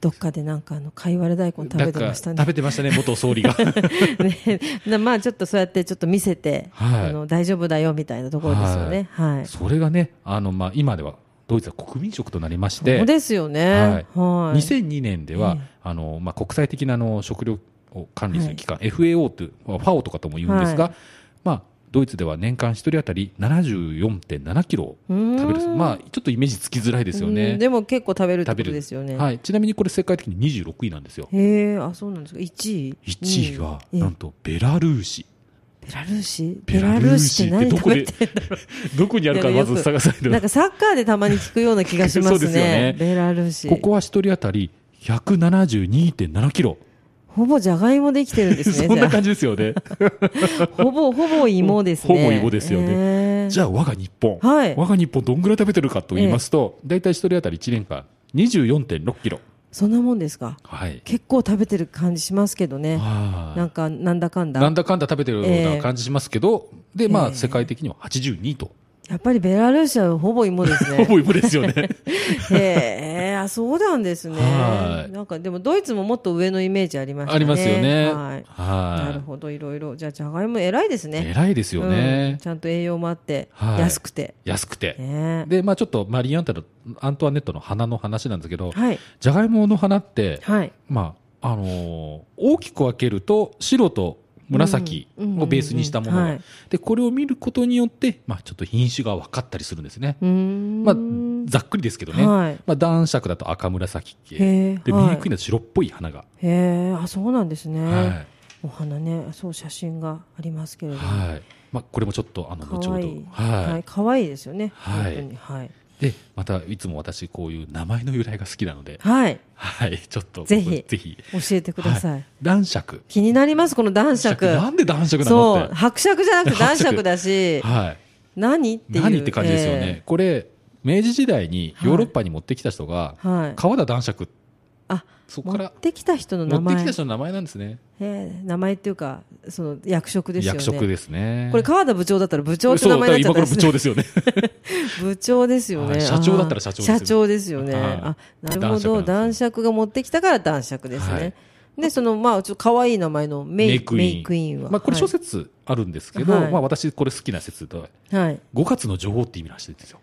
Speaker 1: どっかでなんかあのかいわれ大根
Speaker 2: え
Speaker 1: 食べてました
Speaker 2: なんか食
Speaker 1: ね
Speaker 2: べてましたね元総理 が
Speaker 1: ねな まあちょっとそうやってちょっと見せて、
Speaker 2: はい
Speaker 1: あの大丈夫だよみたいなところですよねはい、
Speaker 2: それがねあの、まあ、今ではドイツは国民食となりまし
Speaker 1: そう
Speaker 2: て、
Speaker 1: ですよね。はい。
Speaker 2: 2002年では、
Speaker 1: ええ
Speaker 2: あのまあ、国際的なあの食料を管理する機関、FAO という、まあ、FAO とかとも言うんですが、まあ、ドイツでは年間1人当たり74.7キロを食べるそう、まあ、ちょっとイメージつきづらいですよ
Speaker 1: う
Speaker 2: ね
Speaker 1: ん。でも結構食べるって
Speaker 2: 食
Speaker 1: こ
Speaker 2: べ
Speaker 1: と
Speaker 2: る
Speaker 1: ですよね。
Speaker 2: はい、ちなみにこれ世界的に26位なんですよ
Speaker 1: へえ、あ、そうなんですか。一位。
Speaker 2: 1位は
Speaker 1: うんえ
Speaker 2: なんとベラルーシ
Speaker 1: ベラルーシ
Speaker 2: ベラルーシ
Speaker 1: ベラルーシって何
Speaker 2: ど
Speaker 1: 食
Speaker 2: こ
Speaker 1: べ
Speaker 2: で
Speaker 1: てんだろ。
Speaker 2: どこにあるかまず探さないうと
Speaker 1: なんかサッカーでたまに聞くような気がします
Speaker 2: そ
Speaker 1: ね。
Speaker 2: うですよね
Speaker 1: ベラルーシ。
Speaker 2: ここは1人当たり172.7キロ
Speaker 1: ほぼじゃがいもできてるん ですね。
Speaker 2: そんな感じですよね
Speaker 1: じゃあほぼ、ほぼ芋ですね。
Speaker 2: ほぼ芋ですよね
Speaker 1: ね
Speaker 2: じゃあ我が日本、
Speaker 1: はい
Speaker 2: 我が日本どんぐらい食べてるかと言いますと、大体1人当たり1年間24.6キロ
Speaker 1: そんなもんですか。
Speaker 2: はい
Speaker 1: 結構食べてる感じしますけどね。
Speaker 2: はい
Speaker 1: なんか、なんだかんだ。
Speaker 2: なんだかんだ食べてるような感じしますけど、でまあ、
Speaker 1: ええ
Speaker 2: 世界的には82と、
Speaker 1: やっぱりベラルーシはほぼ芋ですね。
Speaker 2: ほぼ芋ですよ ね
Speaker 1: へえ、あ、そうなんですね
Speaker 2: は。い
Speaker 1: なんか、でもドイツももっと上のイメージありましたね。
Speaker 2: ありますよね
Speaker 1: はい。
Speaker 2: はい
Speaker 1: なるほど、いろいろ。じゃあ、じゃがいも偉いですね。
Speaker 2: 偉いですよ
Speaker 1: うん
Speaker 2: ね、
Speaker 1: ちゃんと栄養もあって、
Speaker 2: はい
Speaker 1: 安くて。
Speaker 2: 安くて、
Speaker 1: ね
Speaker 2: でまあちょっとマリー・アンタのアントワネットの花の話なんですけど、
Speaker 1: はい。
Speaker 2: じゃがいもの花って、
Speaker 1: はい。
Speaker 2: まああのー大きく分けると白と紫をベースにしたもの、
Speaker 1: うんうんうんうんはい
Speaker 2: でこれを見ることによって、まあ、ちょっと品種が分かったりするんですね、
Speaker 1: うーん。
Speaker 2: まあ、ざっくりですけどね、
Speaker 1: はい
Speaker 2: まあ、男爵だと赤紫系
Speaker 1: へえ
Speaker 2: で
Speaker 1: はい
Speaker 2: ミルクイーンだと白っぽい花が、
Speaker 1: へえ、あ、そうなんですね。
Speaker 2: はい
Speaker 1: お花ね、そう、写真がありますけれども。
Speaker 2: はいまあ、これもちょっとあの後
Speaker 1: 可
Speaker 2: ほど
Speaker 1: 愛い
Speaker 2: はい
Speaker 1: はい。可愛いですよね。
Speaker 2: はい
Speaker 1: 本当に。はい。
Speaker 2: でまたいつも私こういう名前の由来が好きなので、
Speaker 1: はい。
Speaker 2: はい、ちょっと
Speaker 1: ぜひ
Speaker 2: ぜひ
Speaker 1: 教えてくださ。
Speaker 2: はい男爵
Speaker 1: 気になります、この男爵。
Speaker 2: なんで男爵なの
Speaker 1: そ
Speaker 2: っ
Speaker 1: う、伯爵じゃなくて男爵だ
Speaker 2: て、
Speaker 1: し、
Speaker 2: はい、
Speaker 1: 何っていう。
Speaker 2: 何って感じですよね、これ明治時代に
Speaker 1: はい
Speaker 2: ヨーロッパに持ってきた人が、
Speaker 1: えー。はい。
Speaker 2: 川田男爵
Speaker 1: あ、
Speaker 2: そこ
Speaker 1: 持
Speaker 2: か
Speaker 1: っ
Speaker 2: ら
Speaker 1: てきた人の
Speaker 2: 持
Speaker 1: 名
Speaker 2: って
Speaker 1: 前。
Speaker 2: きた人の名前なんですね
Speaker 1: えー名前っていうか、その役職ですよね。
Speaker 2: 役職ですね
Speaker 1: これ川田部長だったら部長って名前になっち
Speaker 2: そうだ
Speaker 1: ゃっ
Speaker 2: か
Speaker 1: た
Speaker 2: ら今こ
Speaker 1: り
Speaker 2: れ
Speaker 1: す
Speaker 2: 部長
Speaker 1: る。
Speaker 2: ですよね
Speaker 1: 部長ですよ
Speaker 2: は
Speaker 1: ね。
Speaker 2: い社長だったら社長ですよ
Speaker 1: あー
Speaker 2: ね
Speaker 1: 社長ですよね。
Speaker 2: はい
Speaker 1: あ、なるほ
Speaker 2: 男爵なんです
Speaker 1: ど。
Speaker 2: よ
Speaker 1: 男爵が持ってきたから男爵です
Speaker 2: は
Speaker 1: ね
Speaker 2: い。
Speaker 1: で、その、まあ、ちょっと可愛い名前のメ
Speaker 2: メイ
Speaker 1: イ
Speaker 2: クイン
Speaker 1: メイクインは。
Speaker 2: まあ、これ
Speaker 1: はい
Speaker 2: 諸説あるんですけど、
Speaker 1: はい
Speaker 2: まあ、私これ好きな説と
Speaker 1: はい。
Speaker 2: 5月の女王って意味らしいんですよ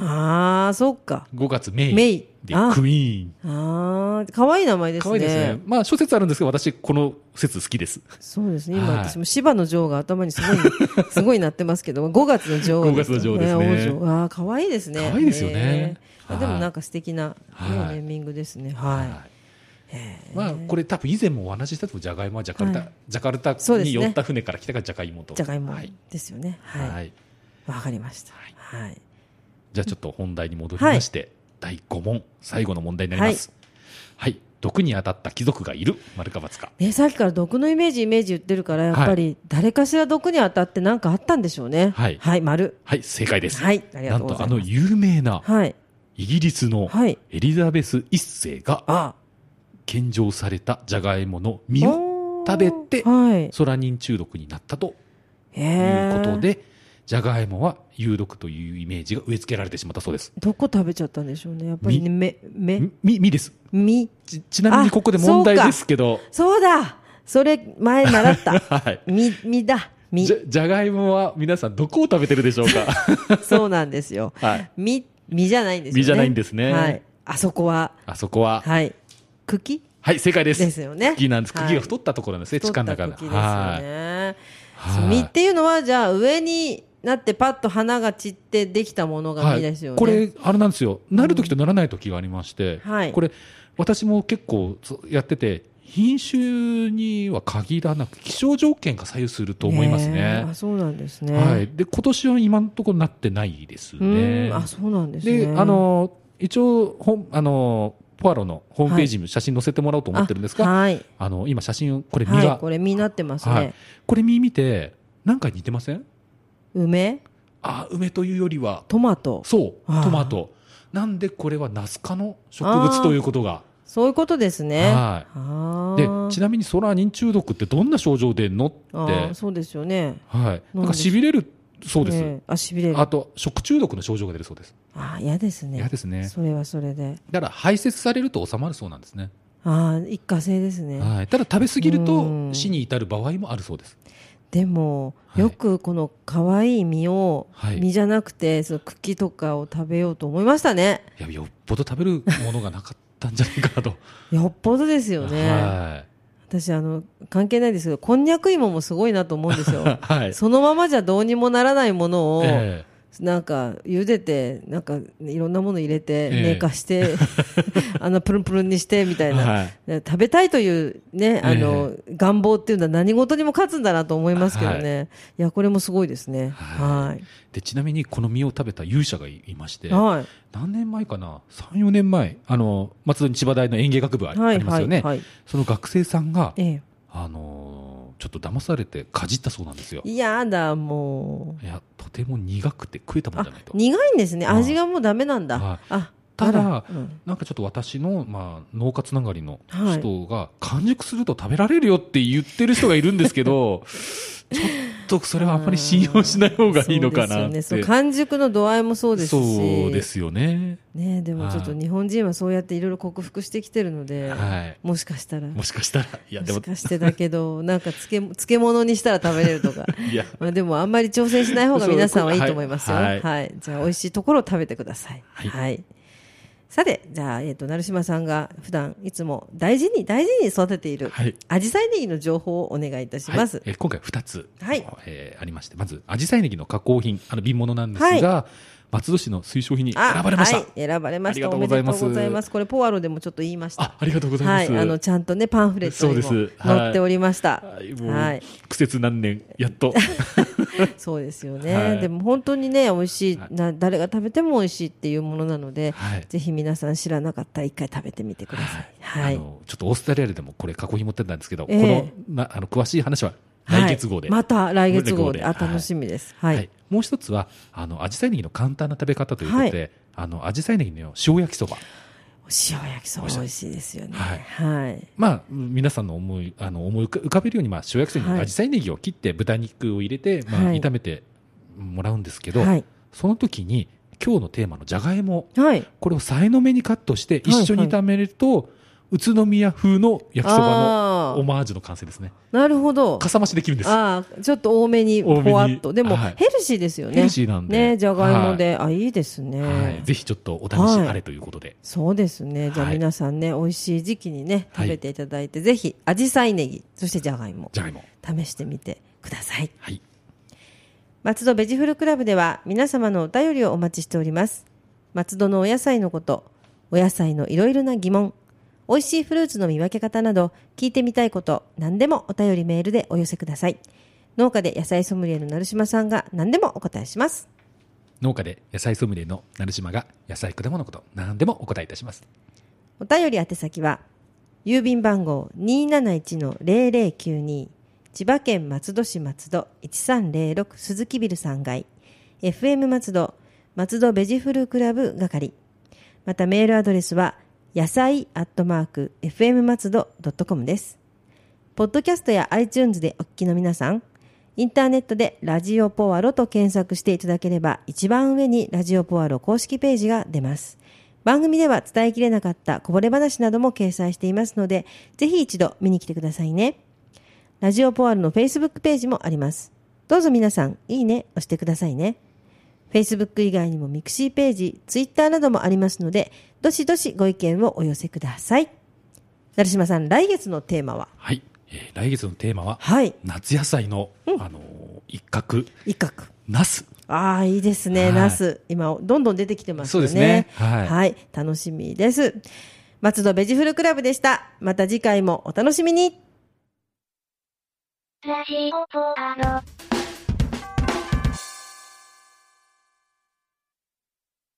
Speaker 1: ああ、そっか。
Speaker 2: 5月メイ
Speaker 1: メイ
Speaker 2: で
Speaker 1: あ
Speaker 2: クイーン
Speaker 1: ああ、可愛い名前ですね。
Speaker 2: 可愛いですねまあ諸説あるんですけど私この説好きです
Speaker 1: そうですね、今、
Speaker 2: はい
Speaker 1: 私も芝の女王が頭にすごい、 すごいなってますけど、5月の女王。
Speaker 2: 5月の女王ですね
Speaker 1: 王女。ああ、可愛いですね。
Speaker 2: 可愛いですよね
Speaker 1: へーあ
Speaker 2: はい
Speaker 1: でもなんか素敵な、ね
Speaker 2: はい
Speaker 1: ネーミングですね。は
Speaker 2: まあ、これ多分以前もお話ししたと思うジャガイモはジャカルタ、
Speaker 1: はい
Speaker 2: ジャカルタ
Speaker 1: そうです
Speaker 2: に
Speaker 1: ね
Speaker 2: 寄った船から来たからジャガイモと
Speaker 1: い。じゃがいも
Speaker 2: はい
Speaker 1: ですよね。はい。わ、
Speaker 2: はい
Speaker 1: かりました。
Speaker 2: はい
Speaker 1: はい。
Speaker 2: じゃあちょっと本題に戻りまして、第5問最後の問題になりますはい、毒に当たった貴族がいる丸か×か
Speaker 1: ね、さっきから毒のイメージ、イメージ言ってるから、やっぱり誰かしら毒に当たって何かあったんでしょうね。
Speaker 2: はい
Speaker 1: はい、丸。
Speaker 2: はい正解です、
Speaker 1: はい、あり
Speaker 2: な
Speaker 1: がと
Speaker 2: ん
Speaker 1: うご
Speaker 2: と
Speaker 1: ざ
Speaker 2: あ
Speaker 1: いま
Speaker 2: の
Speaker 1: す。
Speaker 2: 有名な
Speaker 1: はい。
Speaker 2: イギリスの
Speaker 1: はい。
Speaker 2: エリザベス一世が
Speaker 1: あ
Speaker 2: 献上されたジャガイモの実を
Speaker 1: を
Speaker 2: 食べて
Speaker 1: はい。
Speaker 2: ソラニン中毒になったとい
Speaker 1: へ
Speaker 2: う
Speaker 1: ー
Speaker 2: ことでジャガイモは有毒というイメージが植え付けられてしまったそうです
Speaker 1: どこ食べちゃったんでしょうね。やっぱりね、目、目、
Speaker 2: み、みです。
Speaker 1: み。
Speaker 2: ち、ちなみにここで問題ですけど、
Speaker 1: そうだそれ、前習った。
Speaker 2: はい。
Speaker 1: み、みだ。み
Speaker 2: じ。ゃ、じゃがいもは皆さんどこを食べてるでしょう か
Speaker 1: そうなんですよ。
Speaker 2: はい。
Speaker 1: み、みじゃないんですよ、ね。
Speaker 2: みじゃないんですね
Speaker 1: はい。あそこは、
Speaker 2: あそこは、
Speaker 1: はい。茎
Speaker 2: はい、正解です。
Speaker 1: ですよね。
Speaker 2: 茎なんです。
Speaker 1: はい
Speaker 2: 茎が太ったところなんですね、
Speaker 1: 取
Speaker 2: 地下
Speaker 1: っ
Speaker 2: の
Speaker 1: た
Speaker 2: 中
Speaker 1: 茎
Speaker 2: の。
Speaker 1: ですよね。
Speaker 2: はい
Speaker 1: 実っていうのは、じゃあ上になってパッと花が散ってできたものが
Speaker 2: は
Speaker 1: 実
Speaker 2: い
Speaker 1: ですよね。
Speaker 2: これ、あれなんですよ。なるときとならないときがありまして、
Speaker 1: はい
Speaker 2: これ、私も結構そうやってて、品種には限らなく、気象条件が左右すると思います
Speaker 1: ね
Speaker 2: ね
Speaker 1: あ、。そうなんですね。
Speaker 2: はい。で、今年は今のところなってないです
Speaker 1: うー
Speaker 2: ね
Speaker 1: ん。。あ、そうなんですね。
Speaker 2: で、あ、の一応本あのポアロのホームページに写真載せてもらおうと思ってるんですが、あ
Speaker 1: はい。
Speaker 2: の今写真をこれ実
Speaker 1: はい、
Speaker 2: が、
Speaker 1: これ実になってますね。
Speaker 2: はいこれ実見てなんか似てません？
Speaker 1: 梅、
Speaker 2: あ梅というよりは
Speaker 1: トマト、
Speaker 2: そう
Speaker 1: あー
Speaker 2: トマトなんでこれはナス科の植物ということが
Speaker 1: そういうことですね。
Speaker 2: は
Speaker 1: あ
Speaker 2: で
Speaker 1: ー
Speaker 2: ちなみにソラニン中毒ってどんな症状でんのって
Speaker 1: あーそうですよね。
Speaker 2: はい
Speaker 1: ょう
Speaker 2: なんかしびれるそうです、
Speaker 1: ええあ、しびれる。
Speaker 2: あ
Speaker 1: あ
Speaker 2: と食中毒の症状が出るそうです
Speaker 1: ー、嫌ですね。
Speaker 2: 嫌、ですね
Speaker 1: それはそれで。
Speaker 2: だから排泄されると収まるそうなんですね
Speaker 1: ああ、一過性ですね。
Speaker 2: はい、ただ食べ過ぎる
Speaker 1: う
Speaker 2: と
Speaker 1: ん
Speaker 2: 死に至る場合もあるそうです。
Speaker 1: でも
Speaker 2: はい
Speaker 1: よくこの可愛い実を、
Speaker 2: はい
Speaker 1: 実じゃなくてその茎とかを食べようと思いましたね
Speaker 2: いやよっぽど食べるものがなかったんじゃないかな と
Speaker 1: よっぽどですよね、
Speaker 2: は
Speaker 1: 私あの関係ないですけどこんにゃく芋もすごいなと思うんです
Speaker 2: い
Speaker 1: よ
Speaker 2: はい
Speaker 1: そのままじゃどうにもならないものを、
Speaker 2: え
Speaker 1: なんか茹でてなんかいろんなもの入れて
Speaker 2: ええ
Speaker 1: 寝かして、 あのプルンプルンにしてみた
Speaker 2: え
Speaker 1: いな、
Speaker 2: はい
Speaker 1: ね食べたいというねあの、願望っていうのは何事にも勝つんだなと思いますけどね、い、やこれもすごいですね
Speaker 2: は
Speaker 1: はい
Speaker 2: でちなみにこの実を食べた勇者がいいまして
Speaker 1: はい
Speaker 2: 何年前かな34年前あの松戸に千葉大の園芸学部あ
Speaker 1: は
Speaker 2: あ
Speaker 1: い
Speaker 2: りますよね、
Speaker 1: はいはい
Speaker 2: その学生さんが
Speaker 1: え
Speaker 2: あのーちょっと騙されてかじったそうなんですよ
Speaker 1: えいやだもう
Speaker 2: いやとても苦くて食えたもん
Speaker 1: あ
Speaker 2: じゃないと
Speaker 1: 苦いんですね
Speaker 2: はい
Speaker 1: 味がもうダメなんだ、
Speaker 2: はい
Speaker 1: あ
Speaker 2: ただ
Speaker 1: あらうん
Speaker 2: なんかちょっと私の、まあ、脳活ながりの
Speaker 1: はい
Speaker 2: 人が、完熟すると食べられるよって言ってる人がいるんですけ ど、ちょっとそれはあんまり信用しない方がいいのかな
Speaker 1: そう
Speaker 2: っ
Speaker 1: で
Speaker 2: て。
Speaker 1: すよねそう完熟の度合いもそうですし
Speaker 2: そうですよね。
Speaker 1: ねでもちょっと日本人はそうやっていろいろ克服してきてるので、
Speaker 2: はい。
Speaker 1: もしかしたら
Speaker 2: もしかしたら、いや、
Speaker 1: も
Speaker 2: で
Speaker 1: し
Speaker 2: も、
Speaker 1: かしてだけ どなんか漬け漬物にしたら食べれるとか
Speaker 2: いや、
Speaker 1: まあでもあんまり挑戦しない方が皆さんはいいと思いますよ。
Speaker 2: そう
Speaker 1: は、
Speaker 2: はいい
Speaker 1: じゃあ美味しいところを食べてください。は。
Speaker 2: はいい
Speaker 1: さて、じゃあ、えっ、と、成島さんが普段いつも大事に大事に育てている、
Speaker 2: はい。
Speaker 1: アジサイネギの情報をお願いいたします。
Speaker 2: はいえー今回2つ、
Speaker 1: はい
Speaker 2: えーありまして、まず、アジサイネギの加工品、あの、瓶物なんですが、松戸市の推奨品に
Speaker 1: あ
Speaker 2: 選ばれました。
Speaker 1: はい、選ばれまし
Speaker 2: あ
Speaker 1: た。
Speaker 2: りがとうございます
Speaker 1: おめでとうございます。これ、ポワロでもちょっと言いました。
Speaker 2: あ、ありがとうござい
Speaker 1: は
Speaker 2: ます。
Speaker 1: い、あの、ちゃんとね、パンフレットに
Speaker 2: そう
Speaker 1: も
Speaker 2: ですはい
Speaker 1: 載っておりました。
Speaker 2: はいもう
Speaker 1: はい。
Speaker 2: 苦節何年、やっと。
Speaker 1: そうですよね、
Speaker 2: はい
Speaker 1: でも本当にね美味しい、
Speaker 2: はい
Speaker 1: な誰が食べても美味しいっていうものなので、
Speaker 2: はい
Speaker 1: ぜひ皆さん知らなかったら一回食べてみてください。は
Speaker 2: あ
Speaker 1: い、
Speaker 2: のちょっとオーストラリアでもこれ過去品持ってたんですけど、
Speaker 1: ええ
Speaker 2: このなあの詳しい話は
Speaker 1: はい
Speaker 2: 来月号で、
Speaker 1: また来月
Speaker 2: 来月
Speaker 1: 号で
Speaker 2: 号では
Speaker 1: あ
Speaker 2: い
Speaker 1: 楽しみです。はい、
Speaker 2: はいもう一つはあのアジサイネギの簡単な食べ方ということで、あのアジサイネギの塩焼きそば
Speaker 1: お塩焼きそば美味しいですよね。は、
Speaker 2: はいい
Speaker 1: はい、
Speaker 2: まあ皆さんの思いあの思い浮か浮かべるようにまあ塩焼きそば
Speaker 1: は
Speaker 2: に
Speaker 1: い
Speaker 2: アジサイネギを切って豚肉を入れてまあ
Speaker 1: はい
Speaker 2: 炒めてもらうんですけど、
Speaker 1: はい、
Speaker 2: その時に今日のテーマのじゃがいも
Speaker 1: はい、
Speaker 2: これをさいの目にカットして一緒
Speaker 1: はい
Speaker 2: に
Speaker 1: は
Speaker 2: 炒
Speaker 1: い
Speaker 2: めると、宇都宮風の焼きそば
Speaker 1: あ
Speaker 2: の
Speaker 1: ー
Speaker 2: オマージュの完成ですね。
Speaker 1: なるほど。
Speaker 2: かさ増しできるんです。
Speaker 1: ああ、ちょっと多めにぽ
Speaker 2: 多めに
Speaker 1: わっと、でも、
Speaker 2: はい
Speaker 1: ヘルシーですよね。
Speaker 2: ヘルシーなんで
Speaker 1: ね、じゃがいもで、あ、いいですね。
Speaker 2: はい、ぜひちょっとお試しあれということで、
Speaker 1: そうですね。じゃあ
Speaker 2: はい
Speaker 1: 皆さんね、美味しい時期にね、
Speaker 2: は
Speaker 1: 食
Speaker 2: い
Speaker 1: べていただいて、ぜひ、アジサイネギ、そしてじゃがいも、
Speaker 2: じゃがいも。
Speaker 1: 試してみてください。
Speaker 2: はい。
Speaker 1: 松戸ベジフルクラブでは、皆様のお便りをお待ちしております。松戸のお野菜のこと、お野菜のいろいろな疑問、美味しいフルーツの見分け方など、聞いてみたいこと、何でもお便りメールでお寄せください。農家で野菜ソムリエの成島さんが何でもお答えします。
Speaker 2: 農家で野菜ソムリエの成島が野菜果物のこと何でもお答えいたします。
Speaker 1: お便り宛先は、郵便番号271-0092、千葉県松戸市松戸1306鈴木ビル3階、FM 松戸、松戸ベジフルクラブ係。またメールアドレスは、野菜アットマーク FM 松戸 .com です。ポッドキャストや iTunes でお聞きの皆さん、インターネットでラジオポアロと検索していただければ、一番上にラジオポアロ公式ページが出ます。番組では伝えきれなかったこぼれ話なども掲載していますので、ぜひ一度見に来てくださいね。ラジオポアロの Facebook ページもあります。どうぞ皆さん、いいね、押してくださいね。Facebook 以外にもミクシーページ、Twitter などもありますので、どしどしご意見をお寄せください。成島さん、来月のテーマは
Speaker 2: はい。えー来月のテーマは、
Speaker 1: はい、
Speaker 2: 夏野菜の、あのー一角、
Speaker 1: 一角。
Speaker 2: ナス。
Speaker 1: ああ、いいですね、
Speaker 2: はい
Speaker 1: ナス。今、どんどん出てきてますよね。
Speaker 2: そうですねはい
Speaker 1: 楽しみです。松戸ベジフルクラブでした。また次回もお楽しみに。
Speaker 3: ラジオポアド。